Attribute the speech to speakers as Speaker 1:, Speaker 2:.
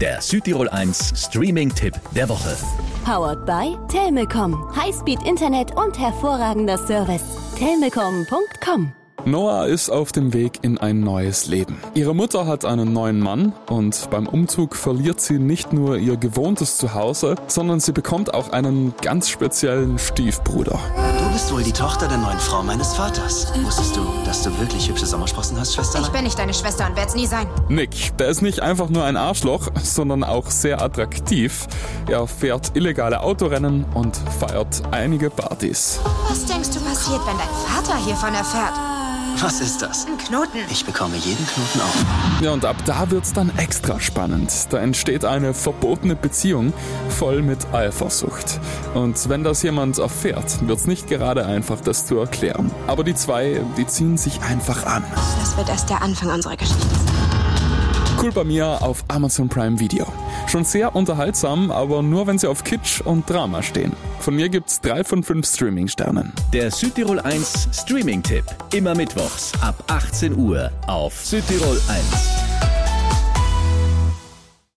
Speaker 1: Der Südtirol 1 Streaming-Tipp der Woche.
Speaker 2: Powered by Telmecom. Highspeed-Internet und hervorragender Service. Telmecom.com
Speaker 3: Noah ist auf dem Weg in ein neues Leben. Ihre Mutter hat einen neuen Mann und beim Umzug verliert sie nicht nur ihr gewohntes Zuhause, sondern sie bekommt auch einen ganz speziellen Stiefbruder.
Speaker 4: Du bist wohl die Tochter der neuen Frau meines Vaters. Wusstest du, dass du wirklich hübsche Sommersprossen hast, Schwester?
Speaker 5: Ich bin nicht deine Schwester und werd's nie sein.
Speaker 3: Nick, der ist nicht einfach nur ein Arschloch, sondern auch sehr attraktiv. Er fährt illegale Autorennen und feiert einige Partys.
Speaker 5: Was denkst du passiert, wenn dein Vater hiervon erfährt?
Speaker 4: Was ist das?
Speaker 5: Ein Knoten.
Speaker 4: Ich bekomme jeden Knoten auf.
Speaker 3: Ja, und ab da wird's dann extra spannend. Da entsteht eine verbotene Beziehung voll mit Eifersucht. Und wenn das jemand erfährt, wird's nicht gerade einfach, das zu erklären. Aber die zwei, die ziehen sich einfach an.
Speaker 5: Das wird erst der Anfang unserer Geschichte sein.
Speaker 3: Culpa Mia auf Amazon Prime Video. Schon sehr unterhaltsam, aber nur wenn sie auf Kitsch und Drama stehen. Von mir gibt's drei von fünf Streaming-Sternen.
Speaker 1: Der Südtirol 1 Streaming-Tipp. Immer mittwochs ab 18 Uhr auf Südtirol 1.